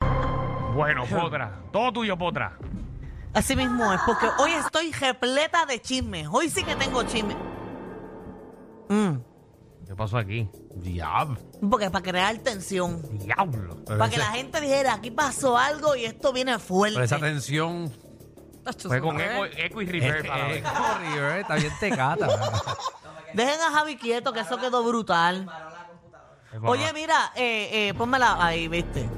Bueno, Potra. Todo tuyo, Potra. Así mismo es, porque hoy estoy repleta de chismes. Hoy sí que tengo chismes. Mm, ¿Qué pasó aquí? Diablo. porque para crear tensión. Diablo. Pero, Para que la esa- gente dijera, aquí pasó algo y esto viene pero fuerte. esa tensión. Tacho, Fue con ¿sabes? eco, eco y reverb a la Eh, vez. eh, como River, está bien tecata. Dejen a Javi quieto, que eso quedó brutal. Es bueno. Oye, mira, eh, eh, pónmela ahí, viste.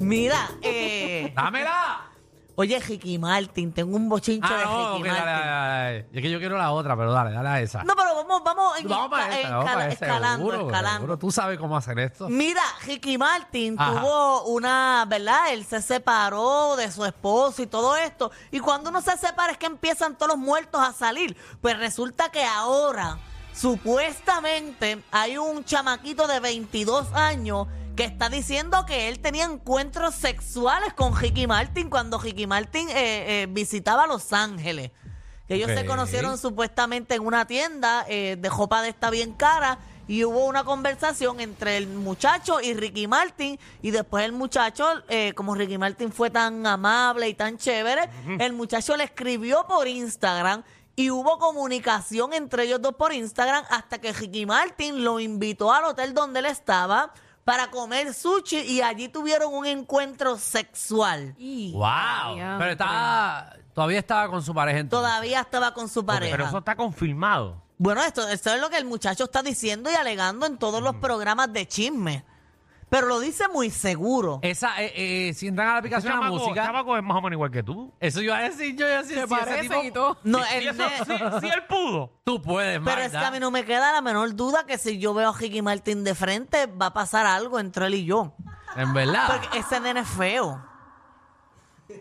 Mira, eh, ¡Dámela! oye, Ricky Martin, tengo un bochincho Ah, de no, Ricky ok, dale, Martin. dale, dale. Es que yo quiero la otra, pero dale, dale a esa. No, pero vamos, vamos, en vamos esca- para esa, vamos escala- para esa. escalando, seguro, escalando. seguro. Tú sabes cómo hacer esto. Mira, Ricky Martin Ajá. tuvo una, ¿verdad? Él se separó de su esposo y todo esto. Y cuando uno se separa es que empiezan todos los muertos a salir. Pues resulta que ahora, supuestamente, hay un chamaquito de 22 años que está diciendo que él tenía encuentros sexuales con Ricky Martin cuando Ricky Martin eh, eh, visitaba Los Ángeles. Que ellos se Ok. conocieron supuestamente en una tienda eh, de ropa de esta bien cara y hubo una conversación entre el muchacho y Ricky Martin y después el muchacho, eh, como Ricky Martin fue tan amable y tan chévere, el muchacho le escribió por Instagram y hubo comunicación entre ellos dos por Instagram hasta que Ricky Martin lo invitó al hotel donde él estaba para comer sushi y allí tuvieron un encuentro sexual. Y- ¡Wow! Diantre. Pero está. Todavía estaba con su pareja entonces. Todavía estaba con su pareja. Pero eso está confirmado. Bueno, esto, esto es lo que el muchacho está diciendo y alegando en todos los programas de chisme. Pero lo dice muy seguro. Esa, eh, eh, si entran a Ese la aplicación de la chamaco, música. chamaco es más o menos igual que tú. Eso iba a decir yo, yo sí, Se parecen y todo. No, Si el eso- ne- si- si él pudo. Tú puedes, pero es que a mí no me queda la menor duda que si yo veo a Ricky Martin de frente, va a pasar algo entre él y yo. En Ah. verdad. Porque ese nene es feo.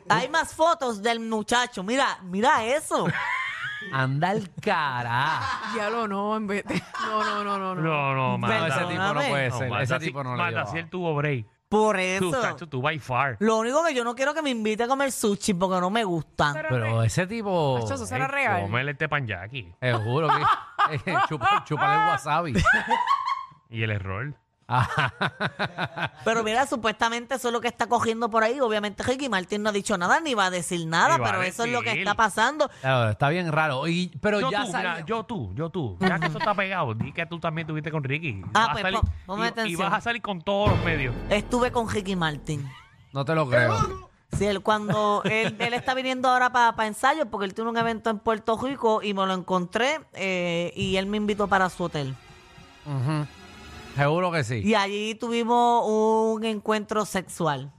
Hay más fotos del muchacho. Mira, mira eso. Anda el cara. Ya lo no, en vez de- No, no, no, no. no. No, no, No, manda. ese tipo no Perdóname. puede No, ser. manda, ese si- tipo no lo manda, lleva. si él tuvo break. Por Tú, eso. tacho, tú by far. Lo único que yo no quiero que me invite a comer sushi porque no me gustan. Pero ese tipo. Tacho, eso será Ey, real. Cómele este panjaki. Te juro que. eh, chupa, chúpale el wasabi. Ah, Y el error. Pero mira, supuestamente eso es lo que está cogiendo por ahí. Obviamente Ricky Martin no ha dicho nada ni va a decir nada, Ni va a pero eso es lo que decir. está pasando. Claro, está bien raro. Y, pero yo ya tú, salió. mira, yo tú, yo tú. Ya que eso está pegado, di que tú también tuviste con Ricky. Ah, Vas a pues, salir- pon- ponme y- y, atención. vas a salir con todos los medios. Estuve con Ricky Martin. No te lo creo. Sí, él cuando él, él está viniendo ahora para ensayos porque él tiene un evento en Puerto Rico y me lo encontré eh, y él me invitó para su hotel. Ujú. Seguro que sí. Y allí tuvimos un encuentro sexual.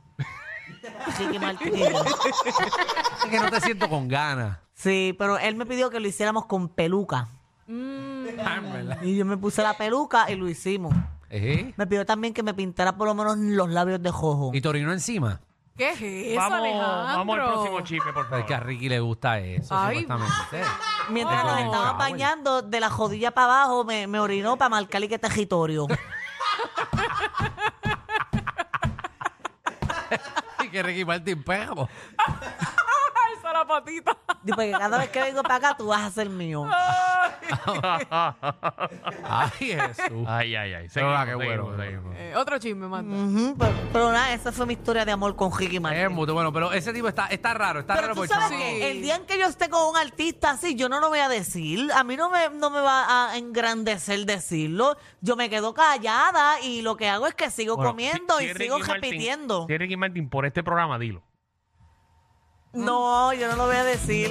Ricky Martin y yo. Es que no te siento con ganas. Sí, pero él me pidió que lo hiciéramos con peluca. Ah, en verdad. Y yo me puse la peluca y lo hicimos. Ejé. Me pidió también que me pintara por lo menos los labios de jojo. ¿Eh? Y Torino encima. ¿Qué es eso, vamos, Alejandro? vamos al próximo chisme, por Es que a favor. Ricky le gusta eso, Ay, supuestamente. Mientras Oh. nos Ah, estaba bueno. bañando, de la jodilla para abajo me, me orinó para marcarle qué territorio. Y que Ricky Martin perro. Esa la patita. Digo, Porque cada vez que vengo para acá tú vas a ser mío. Ay, Jesús. Ay, ay, ay. Pero, Seguimos, ah, qué bueno, seguimos, qué seguimos. Eh, otro chisme, Mm. manda. Ujú, pero, pero nada, esa fue mi historia de amor con Ricky Es Martin. muy bueno, pero ese tipo está, está raro, está Pero raro tú porque sabes el chamaco- que el día en que yo esté con un artista así, yo no lo voy a decir. A mí no me, no me va a engrandecer decirlo. Yo me quedo callada y lo que hago es que sigo Bueno, comiendo si- y si sigo Ricky Martin- repitiendo. si Ricky Martin por este programa, dilo. No, yo no lo voy a decir.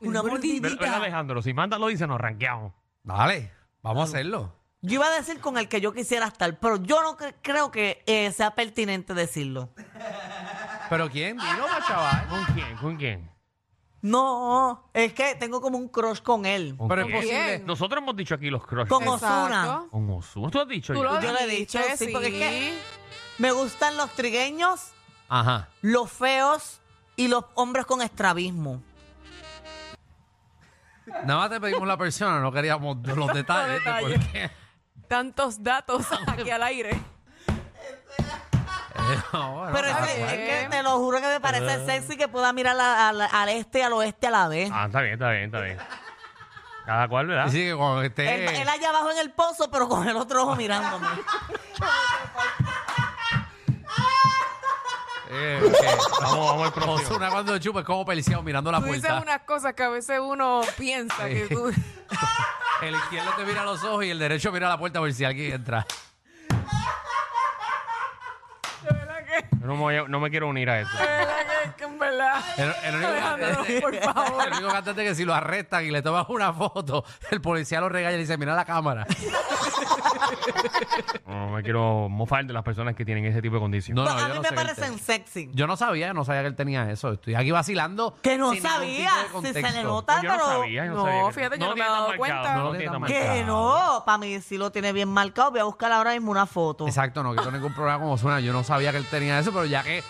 Una Pero, pero, mordidita. Alejandro, si manda lo dice, nos ranqueamos. Dale, vamos a hacerlo. Yo iba a decir con el que yo quisiera estar, pero yo no cre- creo que eh, sea pertinente decirlo. ¿Pero quién? Dilo, pa' chaval. ¿Con quién? ¿Con quién? No, es que tengo como un crush con él. ¿Con Pero es quién? posible. quién? Nosotros hemos dicho aquí los crushes. Con Con, Ozuna. Exacto. Ozuna. ¿Tú has dicho? Tú ya? lo Yo le he dicho, dijiste, sí, porque es que- Me gustan los trigueños, Ajá. los feos y los hombres con estrabismo. Nada más te pedimos la persona, no queríamos los detalles. de por detalles. qué. Tantos datos aquí al aire. No, bueno, Pero es claro, que, claro. es que te lo juro que me parece sexy que pueda mirar a- a- al este y al oeste a la vez. Ah, está bien, está bien, está bien. Cada cual, ¿verdad? Así que cuando Él, esté... él allá abajo en el pozo, pero con el otro ojo mirándome. Eh, porque Vamos, vamos al próximo. Ozuna cuando chupa es como peliciado mirando la Tú dices puerta. unas cosas que a veces uno piensa que tú... El izquierdo te mira a los ojos y el derecho mira a la puerta a ver si alguien entra. De verdad que... Yo No me, voy a- no me quiero unir a eso. De verdad que, que en verdad... El, el único Alejandro, cantante, por favor. el único cantante que si lo arrestan y le toman una foto, el policía lo regala y le dice, mira la cámara. No me quiero mofar de las personas que tienen ese tipo de condiciones. No, no, Pues a yo mí no me sé qué parecen él sexy. Yo no sabía, no sabía que él tenía eso. Estoy aquí vacilando. que no sin ningún sabía, tipo de si se le contexto. nota, Pues yo no pero- sabía, yo no, No, sabía. que- fíjate, yo no me tiene he tan dado marcado, cuenta. No, No lo tiene tan tiene marcado. tan Que no, para mí sí lo tiene bien marcado. Voy a buscar ahora mismo una foto. Exacto, no quiero ningún problema como suena. Yo no sabía que él tenía eso, pero ya que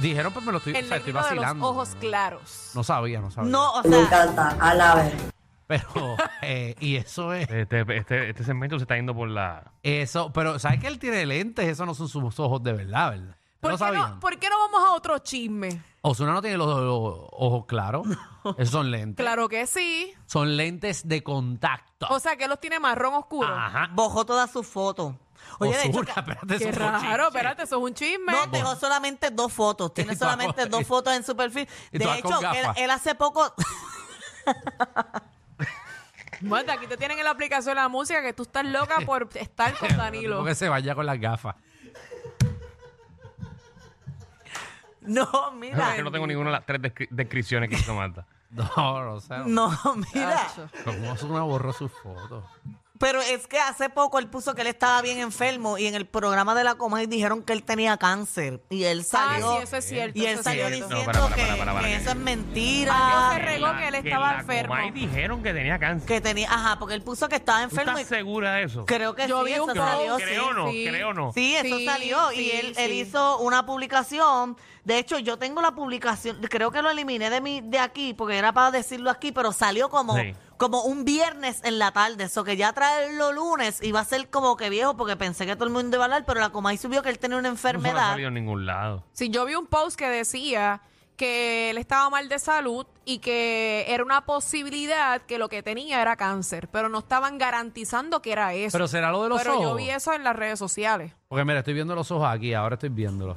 dijeron, pues me lo estoy, o El sea, estoy negrito de los vacilando. ojos claros. No sabía, no sabía. No, o Me sea, encanta, a la vez. Pero, eh, y eso es. Este, este, este segmento se está yendo por la. Eso, pero ¿sabes que él tiene lentes? Eso no son sus ojos de verdad, ¿verdad? ¿Por, no qué no, sabían. ¿Por qué no vamos a otro chisme? Osuna no tiene los, los ojos claros. Esos son lentes. Claro que sí. Son lentes de contacto. O sea, que los tiene marrón oscuro. Ajá. bojó todas sus fotos. Oye, de hecho, Ozuna, espérate, eso Qué fue un raro, chiste. espérate, eso es un chisme. No, dejó solamente dos fotos. Tiene Y todas solamente con- dos fotos en su perfil. y De todas con hecho, él, gafas. él hace poco. Marta, aquí te tienen en la aplicación de la música que tú estás loca por estar con Danilo. Porque se vaya con las gafas. No, Es mira. que no tengo ninguna de las tres descri- descripciones que hizo Marta. No, no sé. No. No, mira. Tacho. ¿Cómo Ozuna borró sus fotos? Pero es que hace poco él puso que él estaba bien enfermo y en el programa de la Comay dijeron que él tenía cáncer. Y él Ah, salió. sí, eso es cierto. y él eso es salió cierto. diciendo No, para, para, que, para, para, para, que que- eso es Ah, que mentira. se regó que él estaba enfermo. Y dijeron que tenía cáncer. Que tenía. Ajá, porque él puso que estaba ¿Tú enfermo. estás Y segura de eso? creo que Yo sí, vi eso un salió. post. sí. creo no, sí. creo no. Sí, eso Sí, salió y sí, él, él sí. hizo una publicación. De hecho, yo tengo la publicación, creo que lo eliminé de mi, de aquí porque era para decirlo aquí, pero salió como, Sí. como un viernes en la tarde. Eso que ya traerlo lunes iba a ser como que viejo porque pensé que todo el mundo iba a hablar, pero la Comay subió que él tenía una Eso no ha enfermedad. salido en ningún lado. Sí, yo vi un post que decía que él estaba mal de salud y que era una posibilidad que lo que tenía era cáncer, pero no estaban garantizando que era eso. Pero será lo de los Pero yo ojos. vi eso en las redes sociales. Porque mira, estoy viendo los ojos aquí, ahora estoy viéndolos.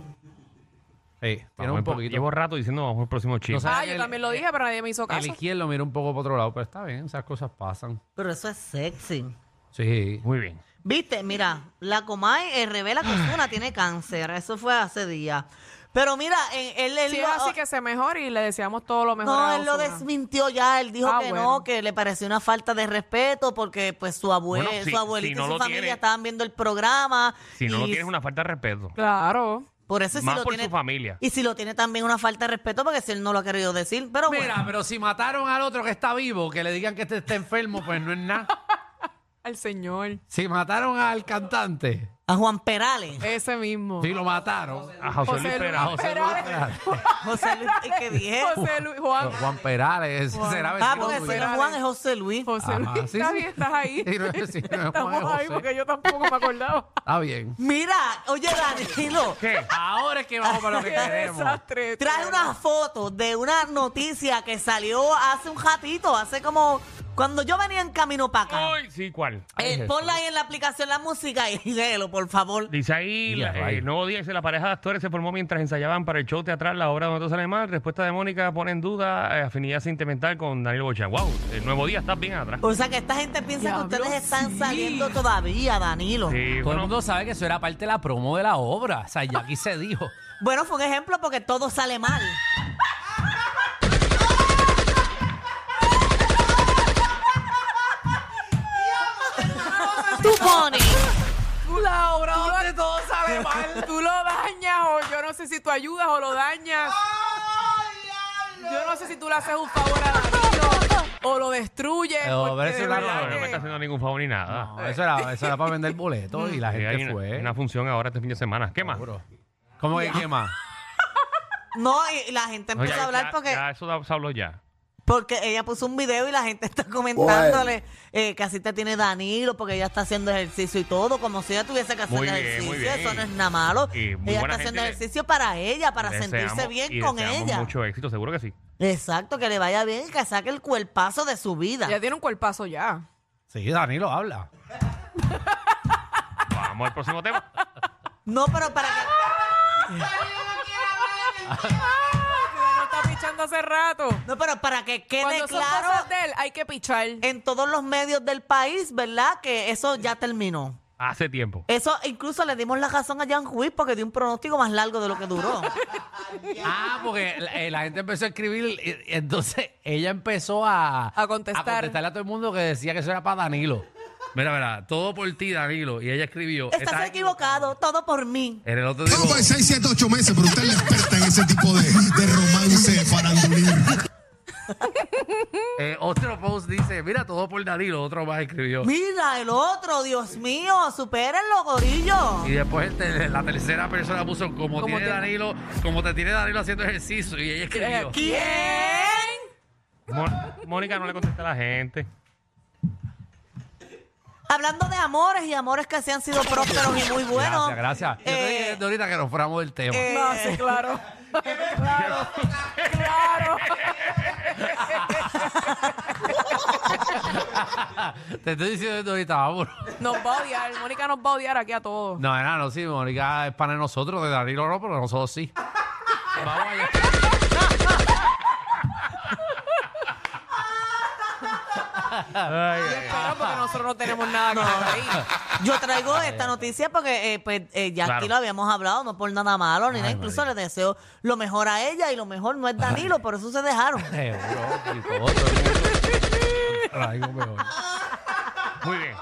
Sí, tiene Vamos un al pro- poquito. Llevo rato diciendo vamos al próximo chip. No sé. sea, Ah, yo el- también lo dije, pero nadie me hizo El caso. izquierdo mira un poco para otro lado, pero está bien, esas cosas pasan. Pero eso es sexy. Sí. Muy bien. Viste, mira, la Comay eh, revela que Ozuna tiene cáncer. Eso fue hace días. Pero mira, en- él, él Si es lo- así que se mejore y le deseamos todo lo mejor. No, a él lo Ozuna. desmintió ya, él dijo Ah, que no, bueno. que le pareció una falta de respeto porque pues su abuelo, Bueno, si- su abuelita si no y su lo familia tiene- estaban viendo el programa. Si no lo y tienes, una falta de respeto. Claro. por eso si Más lo por tiene su familia. y si lo tiene también una falta de respeto porque si él no lo ha querido decir, pero Mira, bueno. pero si mataron al otro que está vivo, que le digan que este está enfermo, pues no es nada. Al señor. Si mataron al cantante, A Juan Perales. Ese mismo. si lo mataron. A José Luis Pera. A José Luis Perales. José Luis, ay, ¿qué dije? José Luis, Juan. Juan Perales, ese será Ah, vecino porque si tuyo. no es Juan es José Luis. José Ajá, Luis, Ah, sí, está sí. bien, estás ahí. Si no es vecino, es Juan, es Estamos ahí José. porque yo tampoco me acordaba. Está bien. Mira, oye Danilo, ¿Qué? Ahora es que vamos para lo que Qué queremos. desastre. trae una foto de una noticia que salió hace un ratito, hace como cuando yo venía en camino para acá. Ay, sí, ¿cuál? Eh, Jesús. ponla ahí en la aplicación la música y léelo, por favor. Dice ahí, Mira, la- ahí. el nuevo día dice, la pareja de actores se formó mientras ensayaban para el show teatral La Obra donde todo sale mal. Respuesta de Mónica pone en duda eh, afinidad sentimental con Daniel Bochán. Wow, el nuevo día estás bien atrás. O sea que esta gente piensa que Diablo, ustedes están sí. saliendo todavía, Danilo. Sí, Todo el bueno, mundo sabe que eso era parte de la promo de la obra. O sea, ya aquí se dijo. Bueno, fue un ejemplo porque todo sale mal. Tú pones. Tú la obra donde todo sabe mal. Tú lo dañas o yo no sé si tú ayudas o lo dañas. Yo no sé si tú le haces un favor a Danilo o lo destruyes. Eh, Pero, porque pero eso de no, verdad no, no, no que- me está haciendo ningún favor ni nada. No, eso, era, eso era para vender boletos y la Sí, hay gente una, fue. una función ahora este fin de semana. ¿Qué más? Seguro. ¿Cómo que qué más? No, y la gente No, empezó a hablar porque, ya eso da- se habló ya. porque ella puso un video y la gente está comentándole eh, que así te tiene Danilo porque ella está haciendo ejercicio y todo, como si ella tuviese que hacer Muy bien, ejercicio. muy bien. Eso no es nada malo. Y muy ella buena está gente haciendo le- ejercicio para ella, para sentirse Deseamos- bien y con deseamos ella. mucho éxito, seguro que sí. Exacto, que le vaya bien y que saque el cuerpazo de su vida. Ya tiene un cuerpazo ya. Sí, Danilo habla. Vamos al próximo tema. No, pero para que. no está pichando hace rato. No, pero para que quede Cuando son claro cosas de él, hay que pichar. en todos los medios del país, ¿verdad? Que eso ya terminó. Hace tiempo. Eso incluso le dimos la razón a Jan Ruiz porque dio un pronóstico más largo de lo que duró. Ah, porque la, eh, la gente empezó a escribir, eh, entonces ella empezó a, A contestar. a contestarle a todo el mundo que decía que eso era para Danilo. Mira, mira, todo por ti, Danilo. Y ella escribió. Estás equivocado, todo por mí. En el otro Vamos digo, para pues, 6, 7, 8 meses, pero usted es la experta en ese tipo de, de romance farandulín. eh, otro post dice, mira, todo por Danilo. Otro más escribió. Mira el otro, Dios mío, supérenlo, gorillo. Y después este, la tercera persona puso, como Como tiene tiene- Danilo, como te tiene Danilo haciendo ejercicio. Y ella Eh, escribió. ¿Quién? Mo- Mónica no le contesta a la gente. Hablando de amores y amores que se han sido prósperos y muy buenos. Gracias, gracias. Yo te eh, dije desde ahorita que nos fuéramos del tema. eh, No, sí, claro. claro. claro. Te estoy diciendo desde ahorita, vámonos. Nos va a odiar. Mónica nos va a odiar aquí a todos. No, no, no, sí, Mónica es para nosotros, de Danilo no, pero nosotros sí. Vamos allá. Ay, ay. Claro, porque nosotros no tenemos nada que hacer ahí. Yo traigo Ah, esta noticia porque eh, pues, eh, ya Claro. aquí lo habíamos hablado, no por nada malo, ni nada. Incluso le deseo lo mejor a ella y lo mejor no es Danilo, por eso se dejaron. Seguro, y todo, todo el mundo. Traigo mejor. Muy bien.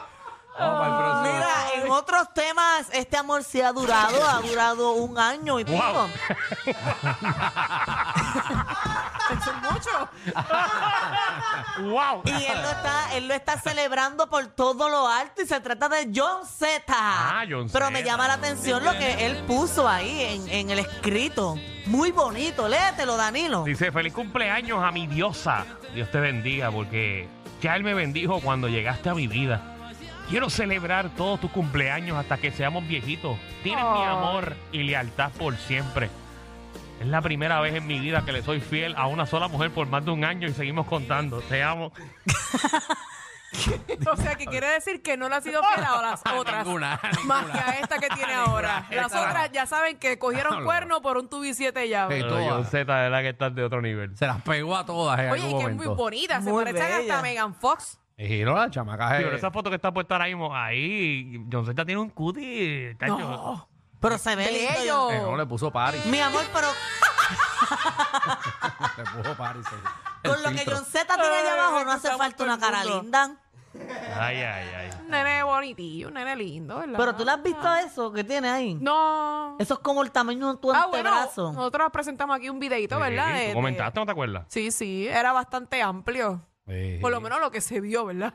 Vamos Ah, para el próximo. Mira, en otros temas, este amor sí ha durado, ha durado un año y pico. Wow. Eso es mucho. ¡Wow! Y él lo, está, él lo está celebrando por todo lo alto y se trata de John Z. Ah, John Pero me Zeta. llama la atención lo que él puso ahí en, en el escrito. Muy bonito, léetelo, Danilo. Dice, feliz cumpleaños a mi diosa. Dios te bendiga porque ya Él me bendijo cuando llegaste a mi vida. Quiero celebrar todos tus cumpleaños hasta que seamos viejitos. Tienes mi Ay. amor y lealtad por siempre. Es la primera vez en mi vida que le soy fiel a una sola mujer por más de un año y seguimos contando. Te amo. O sea, que quiere decir que no le ha sido fiel a las otras. Ninguna, Más ninguna. que a esta que tiene ahora. Ninguna. Las otras ya saben que cogieron cuerno por un tubo y siete llaves. Sí, todas. Z es la que está de otro nivel. Se las pegó a todas en Oye, y algún que es muy momento. bonita. Se Muy parecen hasta bella. a Megan Fox. Y no, la chamaca Sí, eh, es- pero esa foto que está puesta ahora mismo, ahí, John Z tiene un cutie. tacho. No. Pero se ve lindo, Bello. eh, no le puso pari. John- Mi amor, pero le puso pari. sí. El con lo que filtro. John Z tiene allá Ay, abajo no que hace estamos falta todo una el cara mundo. linda. Ay, ay, ay. Un nene bonitillo, un nene lindo, ¿verdad? Pero tú le has visto eso que tiene ahí. No. Eso es como el tamaño de tu Ah, bueno, antebrazo. nosotros presentamos aquí un videito, ¿verdad? Sí, De- ¿Tú de- comentaste, ¿no te acuerdas? Sí, sí, era bastante amplio. Sí. Por lo menos lo que se vio, ¿verdad?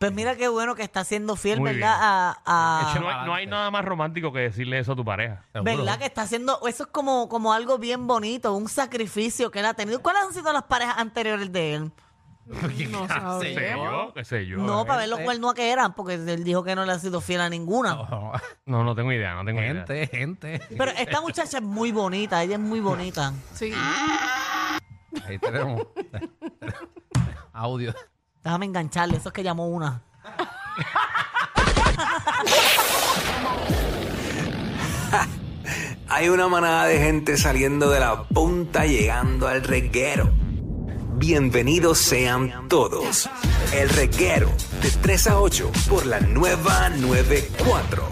Pues mira qué bueno que está siendo fiel, Muy ¿verdad? bien. A- a, no, hay, no hay nada más romántico que decirle eso a tu pareja. Seguro. ¿Verdad que está haciendo? Eso es como, como algo bien bonito, un sacrificio que él ha tenido. ¿Cuáles han sido las parejas anteriores de él? No ¿Qué sé sabemos. yo? ¿Qué sé yo? Eh, No, para ver los gente. cuernos que eran, porque él dijo que no le ha sido fiel a ninguna. eh. No, No, no tengo idea, no tengo idea. gente, gente. Pero esta muchacha es muy bonita, ella es muy bonita. Sí. Ahí tenemos. Audio. Déjame engancharle, eso es que llamó una. Hay una manada de gente saliendo de la punta llegando al reguero. Bienvenidos sean todos. El reguero de 3 a 8 por la nueva 94.